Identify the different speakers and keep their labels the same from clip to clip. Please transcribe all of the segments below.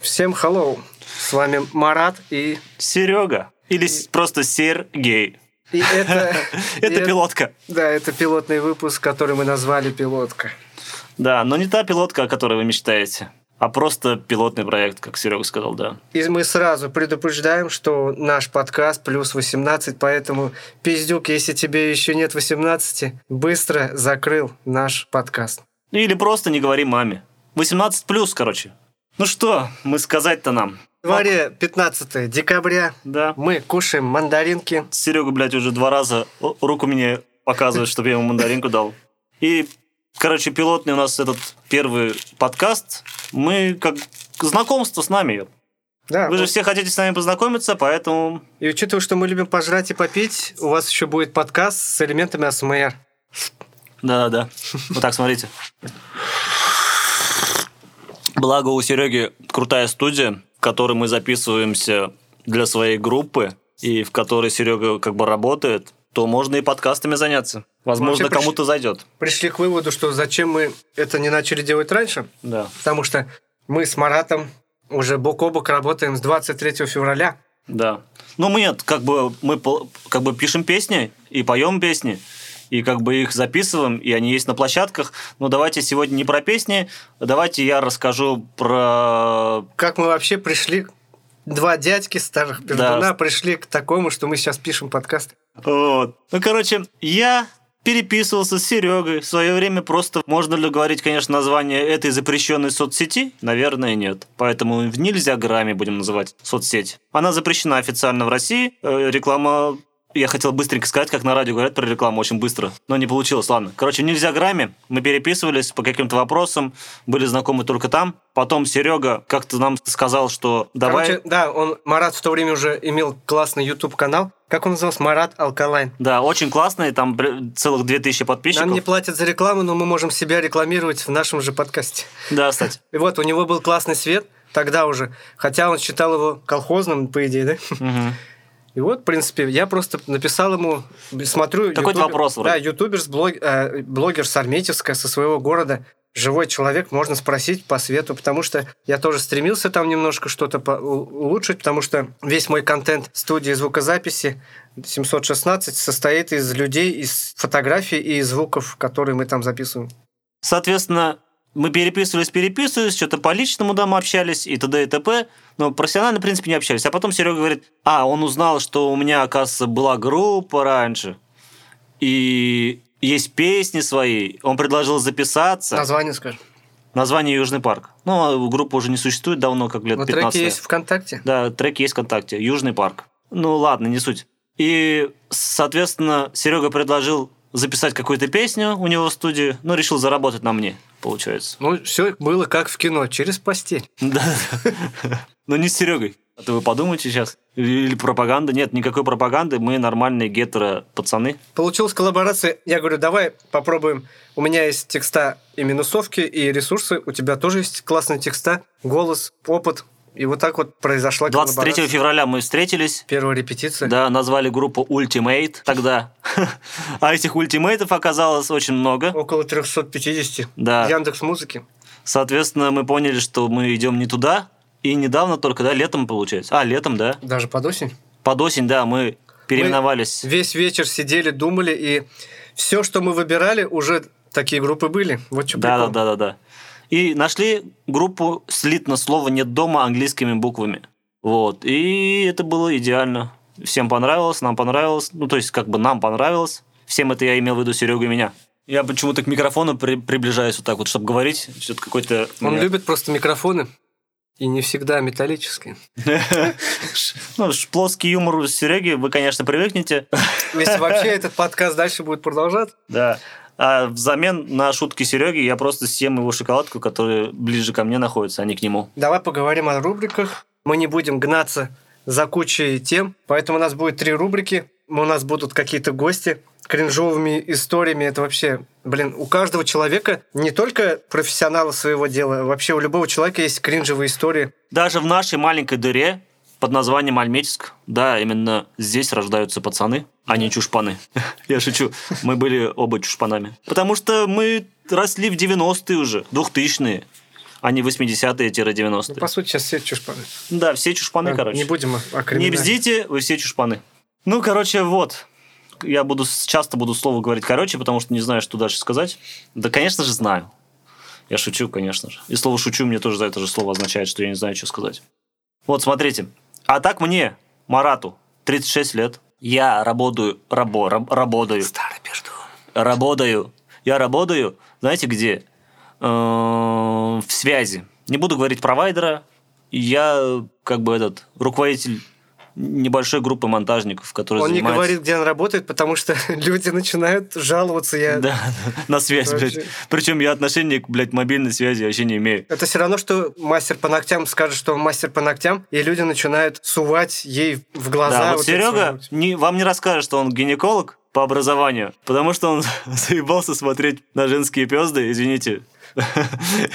Speaker 1: Всем hello! С вами Марат и...
Speaker 2: Серега. Или с- просто Сергей.
Speaker 1: и это...
Speaker 2: Это
Speaker 1: и-
Speaker 2: пилотка.
Speaker 1: Да, это пилотный выпуск, который мы назвали «Пилотка».
Speaker 2: Да, но не та пилотка, о которой вы мечтаете, а просто пилотный проект, как Серега сказал, да.
Speaker 1: И мы сразу предупреждаем, что наш подкаст плюс 18, поэтому, пиздюк, если тебе еще нет 18, быстро закрыл наш подкаст.
Speaker 2: Или просто не говори маме. 18 плюс, короче. Ну что, мы сказать-то нам.
Speaker 1: В дворе 15 декабря
Speaker 2: Да.
Speaker 1: мы кушаем мандаринки.
Speaker 2: Серега, блядь, уже два раза ру- руку мне показывает, чтобы я ему мандаринку дал. И, короче, пилотный у нас этот первый подкаст. Мы как знакомство с нами. ёп.
Speaker 1: Да,
Speaker 2: Вы же
Speaker 1: вот.
Speaker 2: все хотите с нами познакомиться, поэтому
Speaker 1: И учитывая, что мы любим пожрать и попить, у вас еще будет подкаст с элементами АСМР.
Speaker 2: Да-да-да. Вот так, смотрите. Благо у Сереги крутая студия, в которой мы записываемся для своей группы, и в которой Серега как бы работает, то можно и подкастами заняться. Возможно,
Speaker 1: Вообще,
Speaker 2: кому-то зайдет.
Speaker 1: Пришли к выводу, что зачем мы это не начали делать раньше,
Speaker 2: Да.
Speaker 1: потому что мы с Маратом уже бок о бок работаем с 23 февраля.
Speaker 2: Да. Ну, мы нет, как бы мы пол- как бы пишем песни и поем песни, и как бы их записываем, и они есть на площадках. Но давайте сегодня не про песни, давайте я расскажу про
Speaker 1: Как мы вообще пришли, два дядьки старых пердуна пришли к такому, что мы сейчас пишем подкаст.
Speaker 2: Вот. Ну, короче, я переписывался с Серегой в свое время просто... Можно ли говорить, конечно, название этой запрещенной соцсети? Наверное, нет. Поэтому в нельзя грамме будем называть соцсеть. Она запрещена официально в России. Э, Реклама я хотел быстренько сказать, как на радио говорят про рекламу очень быстро, но не получилось, ладно. Короче, в нельзя грамме, мы переписывались по каким-то вопросам, были знакомы только там. Потом Серега как-то нам сказал, что давай...
Speaker 1: Короче, да, он Марат в то время уже имел классный YouTube канал. Как он назывался? Марат Алкалайн.
Speaker 2: Да, очень классный, там бля, целых 2000 подписчиков.
Speaker 1: Нам не платят за рекламу, но мы можем себя рекламировать в нашем же подкасте.
Speaker 2: Да, кстати.
Speaker 1: И вот у него был классный свет тогда уже, хотя он считал его колхозным, по идее, да?
Speaker 2: Мгм.
Speaker 1: И вот, в принципе, я просто написал ему, смотрю...
Speaker 2: Какой-то вопрос вроде.
Speaker 1: Да, ютубер, с блог- э, блогер с Арметьевска, со своего города, живой человек, можно спросить по свету, потому что я тоже стремился там немножко что-то по- у- улучшить, потому что весь мой контент студии звукозаписи 716 состоит из людей, из фотографий и из звуков, которые мы там записываем.
Speaker 2: Соответственно, мы переписывались, переписывались, что-то по личному дому общались и т.д. и т.п. Но профессионально, в принципе, не общались. А потом Серега говорит, а, он узнал, что у меня, оказывается, была группа раньше. И есть песни свои. Он предложил записаться.
Speaker 1: Название скажем.
Speaker 2: Название «Южный парк». Ну, группа уже не существует давно, как лет
Speaker 1: Но
Speaker 2: 15.
Speaker 1: треки есть ВКонтакте.
Speaker 2: Да, трек есть ВКонтакте. Южный парк. Ну ладно, не суть. И, соответственно, Серега предложил записать какую-то песню у него в студии, но решил заработать на мне, получается.
Speaker 1: Ну, все было как в кино, через постель.
Speaker 2: Да. Но не с Серегой. А то вы подумайте сейчас. Или пропаганда. Нет, никакой пропаганды. Мы нормальные гетеро пацаны.
Speaker 1: Получилась коллаборация. Я говорю, давай попробуем. У меня есть текста и минусовки, и ресурсы. У тебя тоже есть классные текста, голос, опыт. И вот так вот произошла
Speaker 2: 23
Speaker 1: коллаборация.
Speaker 2: февраля мы встретились.
Speaker 1: Первая репетиция.
Speaker 2: Да, назвали группу Ultimate тогда. А этих ультимейтов оказалось очень много.
Speaker 1: Около 350.
Speaker 2: Да.
Speaker 1: Яндекс музыки.
Speaker 2: Соответственно, мы поняли, что мы идем не туда. И недавно только, да, летом получается. А, летом, да.
Speaker 1: Даже под осень.
Speaker 2: Под осень, да, мы переименовались.
Speaker 1: Весь вечер сидели, думали, и все, что мы выбирали, уже такие группы были. Вот что
Speaker 2: Да, да, да, да, да. И нашли группу слитно слово нет дома английскими буквами. Вот. И это было идеально. Всем понравилось, нам понравилось. Ну, то есть, как бы нам понравилось. Всем это я имел в виду Серега и меня. Я почему-то к микрофону при- приближаюсь вот так вот, чтобы говорить. Что-то какой-то... у
Speaker 1: Он
Speaker 2: меня-
Speaker 1: любит просто микрофоны. И не всегда металлические.
Speaker 2: Ну, ш- плоский юмор Сереги, вы, конечно, привыкнете.
Speaker 1: Если вообще этот подкаст дальше будет продолжаться,
Speaker 2: Да. А взамен на шутки Сереги я просто съем его шоколадку, которая ближе ко мне находится, а не к нему.
Speaker 1: Давай поговорим о рубриках. Мы не будем гнаться за кучей тем, поэтому у нас будет три рубрики. У нас будут какие-то гости кринжовыми историями. Это вообще, блин, у каждого человека, не только профессионала своего дела, вообще у любого человека есть кринжевые истории.
Speaker 2: Даже в нашей маленькой дыре под названием Альметьевск, да, именно здесь рождаются пацаны, а не чушпаны. Я шучу, мы были оба чушпанами. Потому что мы росли в 90-е уже, 2000-е. а не 80-е
Speaker 1: Ну,
Speaker 2: 90-е.
Speaker 1: по сути, сейчас все чушпаны.
Speaker 2: Да, все
Speaker 1: Да,
Speaker 2: чушпаны, Ну, короче.
Speaker 1: Не будем о- о
Speaker 2: Не
Speaker 1: криминале.
Speaker 2: бздите, вы все чушпаны. Ну, короче, вот. Я буду с- часто буду слово говорить короче, потому что не знаю, что дальше сказать. Да, конечно же, знаю. Я шучу, конечно же. И слово шучу мне тоже за это же слово означает, что я не знаю, что сказать. Вот, смотрите. А так мне, Марату, 36 лет. Я работаю, рабо, раб- работаю.
Speaker 1: Старый пердун.
Speaker 2: Работаю. Я работаю, знаете где? Э, В связи. Не буду говорить провайдера. Я как бы этот руководитель небольшой группы монтажников, которые
Speaker 1: Он не
Speaker 2: занимается-
Speaker 1: говорит, где он работает, потому что люди начинают жаловаться. Я...
Speaker 2: Да, на связь,
Speaker 1: Короче.
Speaker 2: блядь. Причем я отношения к, блядь, мобильной связи вообще не имею.
Speaker 1: Это все равно, что мастер по ногтям скажет, что он мастер по ногтям, и люди начинают сувать ей в глаза.
Speaker 2: Да, вот,
Speaker 1: вот эти
Speaker 2: Серега
Speaker 1: свои-
Speaker 2: не- вам не расскажет, что он гинеколог по образованию, потому что он заебался смотреть на женские пезды, извините.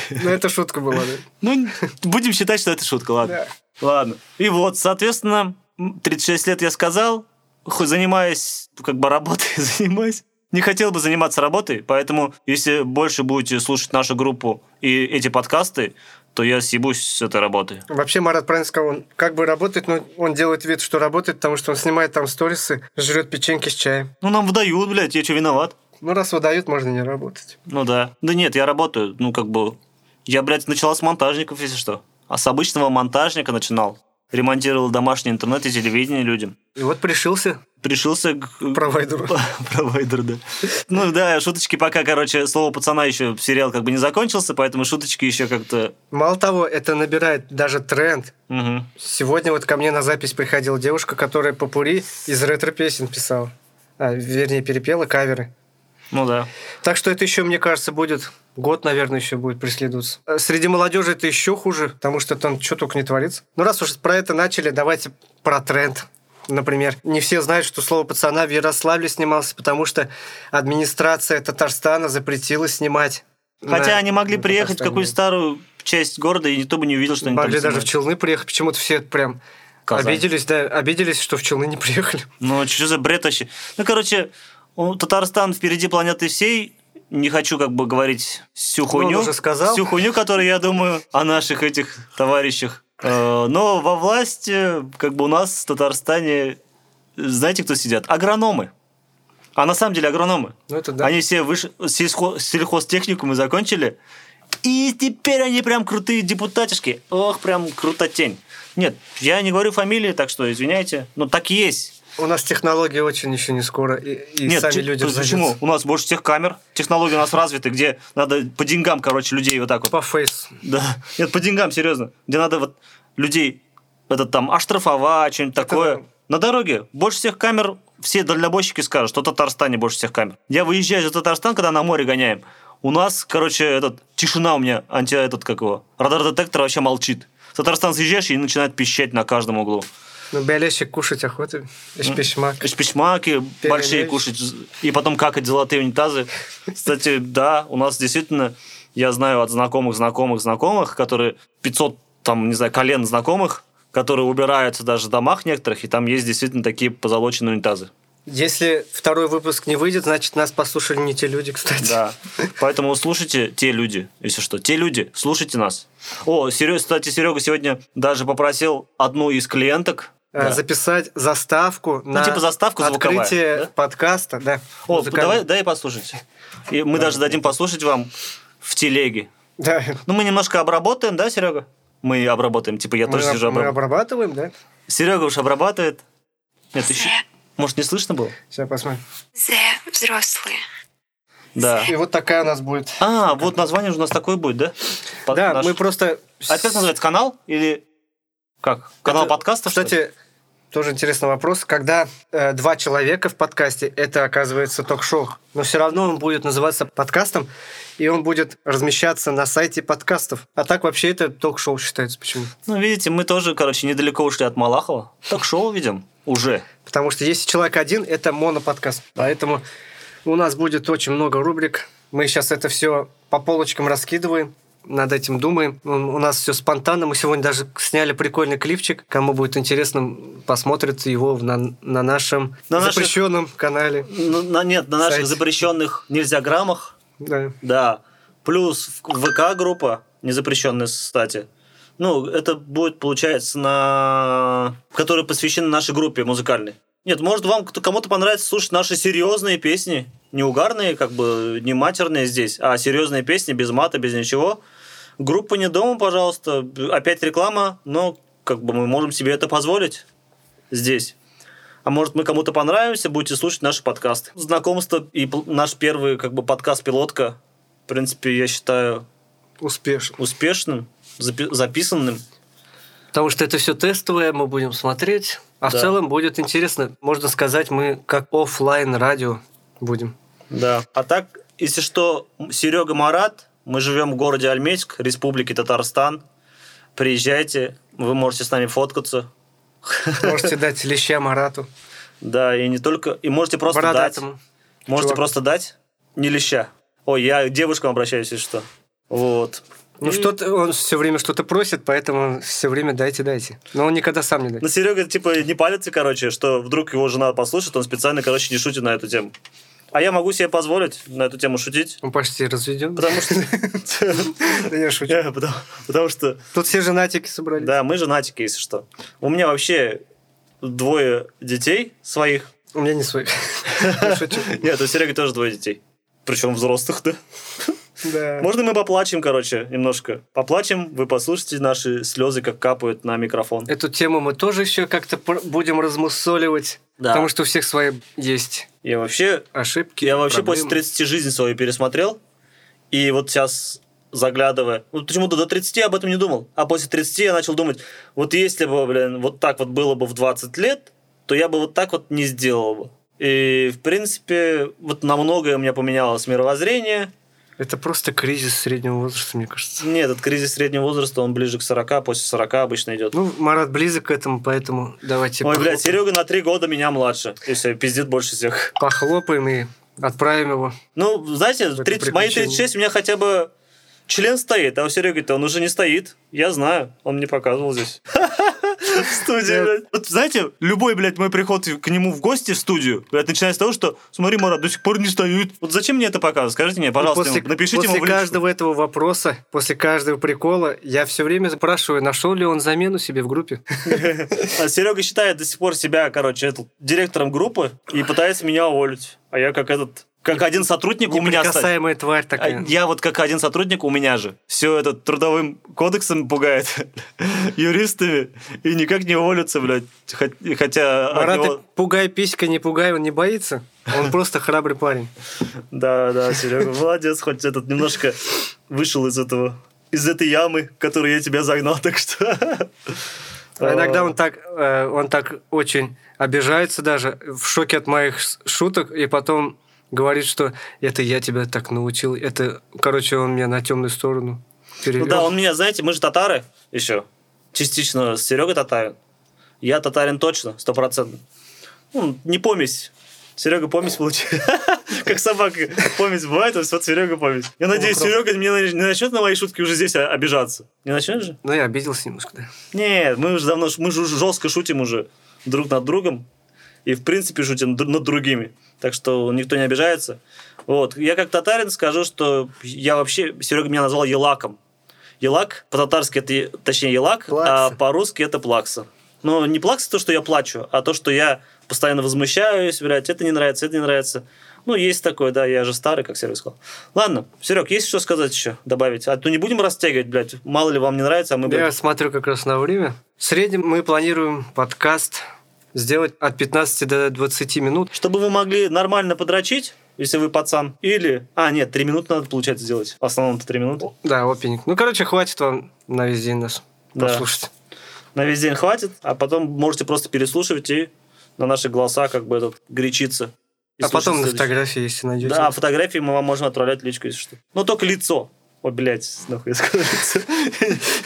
Speaker 1: Ну, это шутка была, да.
Speaker 2: Ну, будем считать, что это шутка, ладно.
Speaker 1: да.
Speaker 2: Ладно. И вот, соответственно, м, 36 лет я сказал, хоть занимаюсь, ну, как бы работой занимаюсь. Не хотел бы заниматься работой, поэтому если больше будете слушать нашу группу и эти подкасты, то я съебусь с этой работы.
Speaker 1: Вообще, Марат правильно сказал, он как бы работает, но он делает вид, что работает, потому что он снимает там сторисы, жрет печеньки с чаем.
Speaker 2: Ну, нам выдают, блядь, я что, виноват?
Speaker 1: Ну, раз выдают, можно не работать.
Speaker 2: Ну да. Да нет, я работаю, ну как бы... Я, блядь, начала с монтажников, если что. А с обычного монтажника начинал. Ремонтировал домашний интернет и телевидение людям.
Speaker 1: И вот пришился
Speaker 2: Пришился к
Speaker 1: провайдеру.
Speaker 2: Провайдер, да. Ну да, шуточки пока, короче, слово пацана еще сериал как бы не закончился, поэтому шуточки еще как-то...
Speaker 1: Мало того, это набирает даже тренд.
Speaker 2: Мгм.
Speaker 1: Сегодня вот ко мне на запись приходила девушка, которая попури из ретро-песен писала. А, вернее, перепела каверы.
Speaker 2: Ну да.
Speaker 1: Так что это еще, мне кажется, будет год, наверное, еще будет преследоваться. А Среди молодежи это еще хуже, потому что там что только не творится. Ну, раз уж про это начали, давайте про тренд. Например, не все знают, что слово пацана в Ярославле снимался, потому что администрация Татарстана запретила снимать.
Speaker 2: Хотя
Speaker 1: на-
Speaker 2: они могли
Speaker 1: на
Speaker 2: приехать в
Speaker 1: Татарстане.
Speaker 2: какую-то старую часть города, и никто бы не увидел, что они
Speaker 1: Могли
Speaker 2: там
Speaker 1: даже в
Speaker 2: снимают.
Speaker 1: Челны приехать. Почему-то все прям
Speaker 2: Казань.
Speaker 1: обиделись, да, обиделись, что в Челны не приехали.
Speaker 2: Ну, что за бред вообще? Ну, короче, у- Татарстан впереди планеты всей. Не хочу как бы говорить всю
Speaker 1: он
Speaker 2: хуйню.
Speaker 1: уже сказал.
Speaker 2: Всю хуйню, которую я думаю о наших этих товарищах. Э, Но во власти, как бы у нас в Татарстане, знаете, кто сидят? Агрономы. А на самом деле агрономы.
Speaker 1: Ну, это да.
Speaker 2: Они все выше сельхо- сельхозтехникумы закончили. И теперь они прям крутые депутатишки. Ох, прям крутотень. Нет, я не говорю фамилии, так что извиняйте. Но так и есть.
Speaker 1: У нас технологии очень еще не скоро, и, и
Speaker 2: Нет,
Speaker 1: сами
Speaker 2: че-
Speaker 1: люди
Speaker 2: то есть почему?
Speaker 1: разведутся.
Speaker 2: У нас больше тех камер, технологии у нас развиты, где надо по деньгам, короче, людей вот так вот.
Speaker 1: По фейс.
Speaker 2: Да. Нет, по деньгам, серьезно. Где надо вот людей, это там, оштрафовать, что-нибудь такое.
Speaker 1: да.
Speaker 2: На дороге больше всех камер, все дальнобойщики скажут, что в Татарстане больше всех камер. Я выезжаю за Татарстан, когда на море гоняем. У нас, короче, этот, тишина у меня, анти, этот, как его, радар-детектор вообще молчит. В Татарстан съезжаешь и начинает пищать на каждом углу.
Speaker 1: Ну, белящик кушать охота, ищ письма.
Speaker 2: Шпичмаки большие
Speaker 1: Перелечь.
Speaker 2: кушать и потом какать золотые унитазы. Кстати, да, у нас действительно, я знаю от знакомых, знакомых, знакомых, которые 500, там, не знаю, колен знакомых, которые убираются даже в домах некоторых, и там есть действительно такие позолоченные унитазы.
Speaker 1: Если второй выпуск не выйдет, значит, нас послушали не те люди, кстати.
Speaker 2: Да. Поэтому слушайте те люди, если что. Те люди, слушайте нас. О, Серега, кстати, Серега сегодня даже попросил одну из клиенток
Speaker 1: Э,
Speaker 2: Да.
Speaker 1: Записать заставку на
Speaker 2: типа заставку звуковая,
Speaker 1: открытие
Speaker 2: да?
Speaker 1: подкаста. Да.
Speaker 2: О, давай,
Speaker 1: Музыкальный.
Speaker 2: дай послушать. И мы даже дадим послушать вам в телеге.
Speaker 1: Да.
Speaker 2: Ну, мы немножко обработаем, да, Серега? Мы обработаем, типа я тоже
Speaker 1: мы,
Speaker 2: сижу
Speaker 1: мы
Speaker 2: обрабатываю.
Speaker 1: обрабатываем, да?
Speaker 2: Серега уж обрабатывает. Нет, еще... Может, не слышно было?
Speaker 1: Сейчас посмотрим.
Speaker 3: The взрослые.
Speaker 2: Да.
Speaker 1: И вот такая у нас будет.
Speaker 2: А, вот название же у нас такое будет, да? Под-
Speaker 1: да,
Speaker 2: наш-
Speaker 1: мы просто...
Speaker 2: А как называется, канал или... Как? Канал
Speaker 1: Это,
Speaker 2: подкастов, что ли?
Speaker 1: Кстати, тоже интересный вопрос. Когда э, два человека в подкасте, это оказывается ток-шоу, но все равно он будет называться подкастом, и он будет размещаться на сайте подкастов. А так вообще это ток-шоу считается. Почему?
Speaker 2: Ну, видите, мы тоже, короче, недалеко ушли от Малахова. Ток-шоу видим уже.
Speaker 1: Потому что если человек один, это моноподкаст. Поэтому у нас будет очень много рубрик. Мы сейчас это все по полочкам раскидываем, над этим думаем. М, У нас все спонтанно. Мы сегодня даже сняли прикольный клипчик. Кому будет интересно, посмотрит его в- на, на нашем
Speaker 2: На наших-
Speaker 1: запрещенном канале.
Speaker 2: Ну, на- нет, на наших
Speaker 1: Сайт.
Speaker 2: запрещенных нельзя граммах
Speaker 1: Да.
Speaker 2: Да. Плюс в- ВК-группа, незапрещенные, кстати. Ну, это будет, получается, на... Которые посвящены нашей группе музыкальной. Нет, может, вам кто- кому-то понравится слушать наши серьезные песни. Не угарные, как бы, не матерные здесь, а серьезные песни, без мата, без ничего. Группа «Не дома», пожалуйста. Опять реклама, но как бы мы можем себе это позволить здесь. А может, мы кому-то понравимся, будете слушать наши подкасты. Знакомство и пл- наш первый как бы подкаст-пилотка, в принципе, я считаю
Speaker 1: Успешно.
Speaker 2: успешным, запи- записанным.
Speaker 1: Потому что это все тестовое, мы будем смотреть. А
Speaker 2: Да.
Speaker 1: в целом будет интересно. Можно сказать, мы как оффлайн радио будем.
Speaker 2: Да. А так, если что, Серега Марат, мы живем в городе Альметьск, Республики Татарстан. Приезжайте, вы можете с нами фоткаться.
Speaker 1: Можете дать леща Марату.
Speaker 2: Да, и не только. И можете просто
Speaker 1: Бородатому.
Speaker 2: дать. Можете
Speaker 1: чуваку.
Speaker 2: просто дать. Не леща. Ой, я к девушкам обращаюсь, если что. Вот.
Speaker 1: Ну
Speaker 2: И-
Speaker 1: что-то он все время что-то просит, поэтому все время дайте, дайте. Но он никогда сам не дает.
Speaker 2: Ну, Серега, типа, не палится, короче, что вдруг его жена послушает, он специально, короче, не шутит на эту тему. А я могу себе позволить на эту тему шутить,
Speaker 1: Он почти разведен.
Speaker 2: потому что...
Speaker 1: Да я шучу.
Speaker 2: Я- потому- Потому что...
Speaker 1: Тут все женатики собрались.
Speaker 2: Да, мы женатики, если что. У меня вообще двое детей своих.
Speaker 1: У меня не свой. Я шучу.
Speaker 2: Нет, у Сереги тоже двое детей. Причем взрослых, да.
Speaker 1: Да.
Speaker 2: Можно мы поплачем, короче, немножко? Поплачем, вы послушайте наши слезы, как капают на микрофон.
Speaker 1: Эту тему мы тоже еще как-то пр- будем размусоливать.
Speaker 2: Да.
Speaker 1: Потому что у всех свои есть
Speaker 2: Я вообще
Speaker 1: ошибки.
Speaker 2: Я вообще
Speaker 1: проблемы.
Speaker 2: после 30 жизней свою пересмотрел. И вот сейчас заглядывая... Ну, почему-то до 30 об этом не думал. А после 30 я начал думать, вот если бы, блин, вот так вот было бы в 20 лет, то я бы вот так вот не сделал бы. И, в принципе, вот на многое у меня поменялось мировоззрение.
Speaker 1: Это просто кризис среднего возраста, мне кажется.
Speaker 2: Нет, этот кризис среднего возраста, он ближе к 40, после 40 обычно идет.
Speaker 1: Ну, Марат близок к этому, поэтому давайте
Speaker 2: Ой,
Speaker 1: похлоп-
Speaker 2: блядь, Серега на 3 года меня младше. И все, пиздит больше всех.
Speaker 1: похлопаем и отправим его.
Speaker 2: Ну, знаете,
Speaker 1: Это
Speaker 2: 30 мои
Speaker 1: приключение.
Speaker 2: 36 у меня хотя бы член стоит, а у Сереги-то он уже не стоит. Я знаю, он мне показывал здесь. В студии,
Speaker 1: Да.
Speaker 2: блядь. Вот знаете, любой, блядь, мой приход к нему в гости в студию, блядь, начинается с того, что смотри, Марат, до сих пор не стоит. Вот зачем мне это показывать? Скажите мне, пожалуйста,
Speaker 1: после,
Speaker 2: ему, напишите
Speaker 1: после
Speaker 2: ему в личку.
Speaker 1: каждого этого вопроса, после каждого прикола, я все время спрашиваю, нашел ли он замену себе в группе.
Speaker 2: А Серега считает до сих пор себя, короче, этот, директором группы и пытается меня уволить. А я как этот, как один сотрудник у меня... ста-
Speaker 1: Неприкасаемая тварь
Speaker 2: А
Speaker 1: такая.
Speaker 2: Я вот как один сотрудник, у меня же все это трудовым кодексом пугает юристами и никак не уволятся, блядь. Хот- Хотя от
Speaker 1: Марат,
Speaker 2: него-
Speaker 1: пугай писька, не пугай, он не боится. Он просто храбрый парень.
Speaker 2: Да, да, Серега, молодец, хоть этот немножко вышел из этого, из этой ямы, в которую я тебя загнал, так что...
Speaker 1: А иногда он так, э, он так очень обижается даже, в шоке от моих с- шуток, и потом говорит, что это я тебя так научил. Это, короче, он меня на темную сторону перевел.
Speaker 2: Ну да, он меня, знаете, мы же татары еще. Частично Серега татарин. Я татарин точно, стопроцентно. Ну, не помесь. Серега помесь получил. Как собака помесь бывает, вот Серега помесь. Я надеюсь,
Speaker 1: круто.
Speaker 2: Серега мне не начнет на мои шутки уже здесь а, обижаться. Не начнет же?
Speaker 1: Ну, я обиделся немножко, да.
Speaker 2: Нет, мы уже давно, ш- мы же уже жестко шутим уже друг над другом. И, в принципе, шутим др- над другими. Так что никто не обижается. Вот. Я как татарин скажу, что я вообще... Серега меня назвал елаком. Елак по-татарски это... е- Точнее, елак, а
Speaker 1: Плакса.
Speaker 2: по-русски это плакса. Но не плакса то, что я плачу, а то, что я постоянно возмущаюсь, блядь, это не нравится, это не нравится. Ну, есть такое, да, я же старый, как Серега сказал. Ладно, Серег, есть что сказать еще, добавить? А то не будем растягивать, блядь, мало ли вам не нравится, а мы, блядь,
Speaker 1: Я смотрю как раз на время. В среднем мы планируем подкаст сделать от 15 до 20 минут.
Speaker 2: Чтобы вы могли нормально подрочить, если вы пацан, или... А, нет, три минуты надо, получается, сделать. В основном-то три минуты.
Speaker 1: Да, опенинг. Ну, короче, хватит вам на весь день нас
Speaker 2: Да.
Speaker 1: послушать.
Speaker 2: На весь день хватит, а потом можете просто переслушивать и на наши голоса как бы этот гречиться. И
Speaker 1: а потом на
Speaker 2: слушать следующий.
Speaker 1: фотографии, если найдете.
Speaker 2: Да, фотографии мы вам можем отправлять в личку, если что. Но только лицо. О, блядь, нахуй я сказал лицо.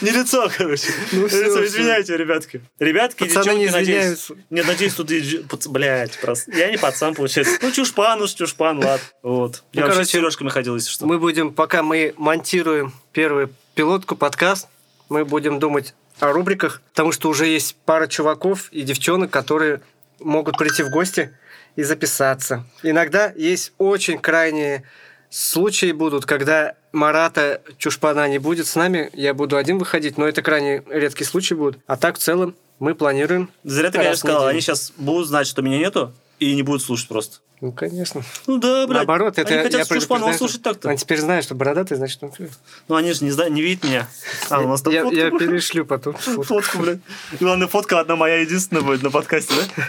Speaker 2: Не лицо, короче.
Speaker 1: Ну всё,
Speaker 2: Лицо,
Speaker 1: всё.
Speaker 2: извиняйте, ребятки. Ребятки,
Speaker 1: Пацаны не
Speaker 2: девчонки, надеюсь,
Speaker 1: извиняются.
Speaker 2: Нет, надеюсь, тут... и дж- пац- Блядь, просто. Я не пацан, получается. Ну, чушпан уж, чушпан, ладно. Вот.
Speaker 1: Ну,
Speaker 2: Я вообще с
Speaker 1: короче,
Speaker 2: сережками ходил, если что.
Speaker 1: Мы будем, пока мы монтируем первую пилотку, подкаст, мы будем думать о рубриках, потому что уже есть пара чуваков и девчонок, которые могут прийти в гости и записаться. Иногда есть очень крайние случаи будут, когда Марата Чушпана не будет с нами, я буду один выходить, но это крайне редкий случай будет. А так в целом мы планируем.
Speaker 2: Зря ты,
Speaker 1: раз
Speaker 2: конечно,
Speaker 1: в
Speaker 2: сказал,
Speaker 1: неделю.
Speaker 2: они сейчас будут знать, что меня нету, и не будут слушать просто.
Speaker 1: Ну, конечно.
Speaker 2: Ну да, блядь.
Speaker 1: Наоборот, это
Speaker 2: они
Speaker 1: я
Speaker 2: хотят
Speaker 1: предупреждаю,
Speaker 2: Шушпанова
Speaker 1: что-
Speaker 2: слушать так-то.
Speaker 1: Он теперь знает, что бородатый, значит, он...
Speaker 2: Ну они же не, зна- не видят меня. А, у нас там
Speaker 1: я,
Speaker 2: фотка,
Speaker 1: я
Speaker 2: блядь.
Speaker 1: перешлю потом.
Speaker 2: Фотку, блядь. Главное, фотка одна моя единственная будет на подкасте, да?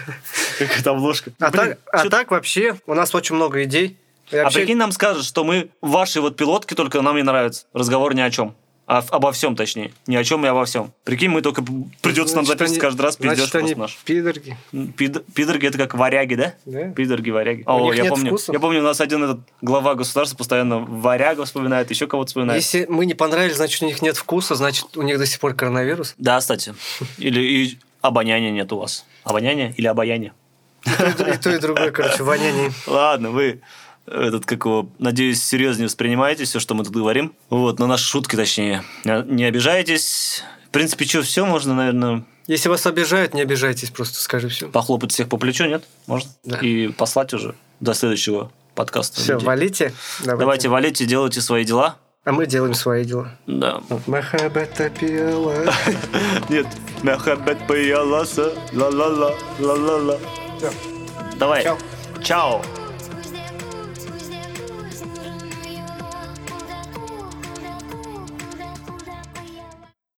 Speaker 2: Какая-то обложка.
Speaker 1: А,
Speaker 2: Блин,
Speaker 1: так, а
Speaker 2: чё-
Speaker 1: так вообще у нас очень много идей. И
Speaker 2: а
Speaker 1: вообще-
Speaker 2: прикинь, нам скажут, что мы ваши вот пилотки только нам не нравятся. Разговор ни о чем. А в- обо всем, точнее. Ни о чем и обо всем. Прикинь, мы только придется нам
Speaker 1: Значит,
Speaker 2: записывать
Speaker 1: они-
Speaker 2: каждый раз пиздеж
Speaker 1: Значит,
Speaker 2: просто
Speaker 1: они
Speaker 2: наш.
Speaker 1: пидорги.
Speaker 2: Пид- Пидорги это как варяги, да?
Speaker 1: Да.
Speaker 2: Пидорги, варяги.
Speaker 1: У
Speaker 2: О,
Speaker 1: них
Speaker 2: я
Speaker 1: нет
Speaker 2: помню.
Speaker 1: вкусов.
Speaker 2: Я помню, у нас один этот глава государства постоянно варяга вспоминает, еще кого-то вспоминает.
Speaker 1: Если мы не понравились, значит, у них нет вкуса, значит, у них до сих пор коронавирус.
Speaker 2: Да, кстати. Или и обоняния нет у вас. Обоняние или обаяние?
Speaker 1: И то, и то, и другое, короче, воняние.
Speaker 2: Ладно, вы этот, как его, надеюсь, серьезнее воспринимаете все, что мы тут говорим. Вот, на наши шутки, точнее. Не не обижайтесь. В принципе, что, все можно, наверное,
Speaker 1: Если вас обижают, не обижайтесь, просто скажи все.
Speaker 2: похлопать всех по плечу, нет? Можно?
Speaker 1: Да.
Speaker 2: И послать уже до следующего подкаста.
Speaker 1: Все,
Speaker 2: людей.
Speaker 1: валите. Давайте.
Speaker 2: Давайте, валите, делайте свои дела.
Speaker 1: А мы делаем свои дела.
Speaker 2: Да.
Speaker 1: Махабата пела.
Speaker 2: Нет. Махабет паяласа. Ла-ла-ла. Ла-ла-ла.
Speaker 1: Всё.
Speaker 2: Давай.
Speaker 1: Чао.
Speaker 2: Чао.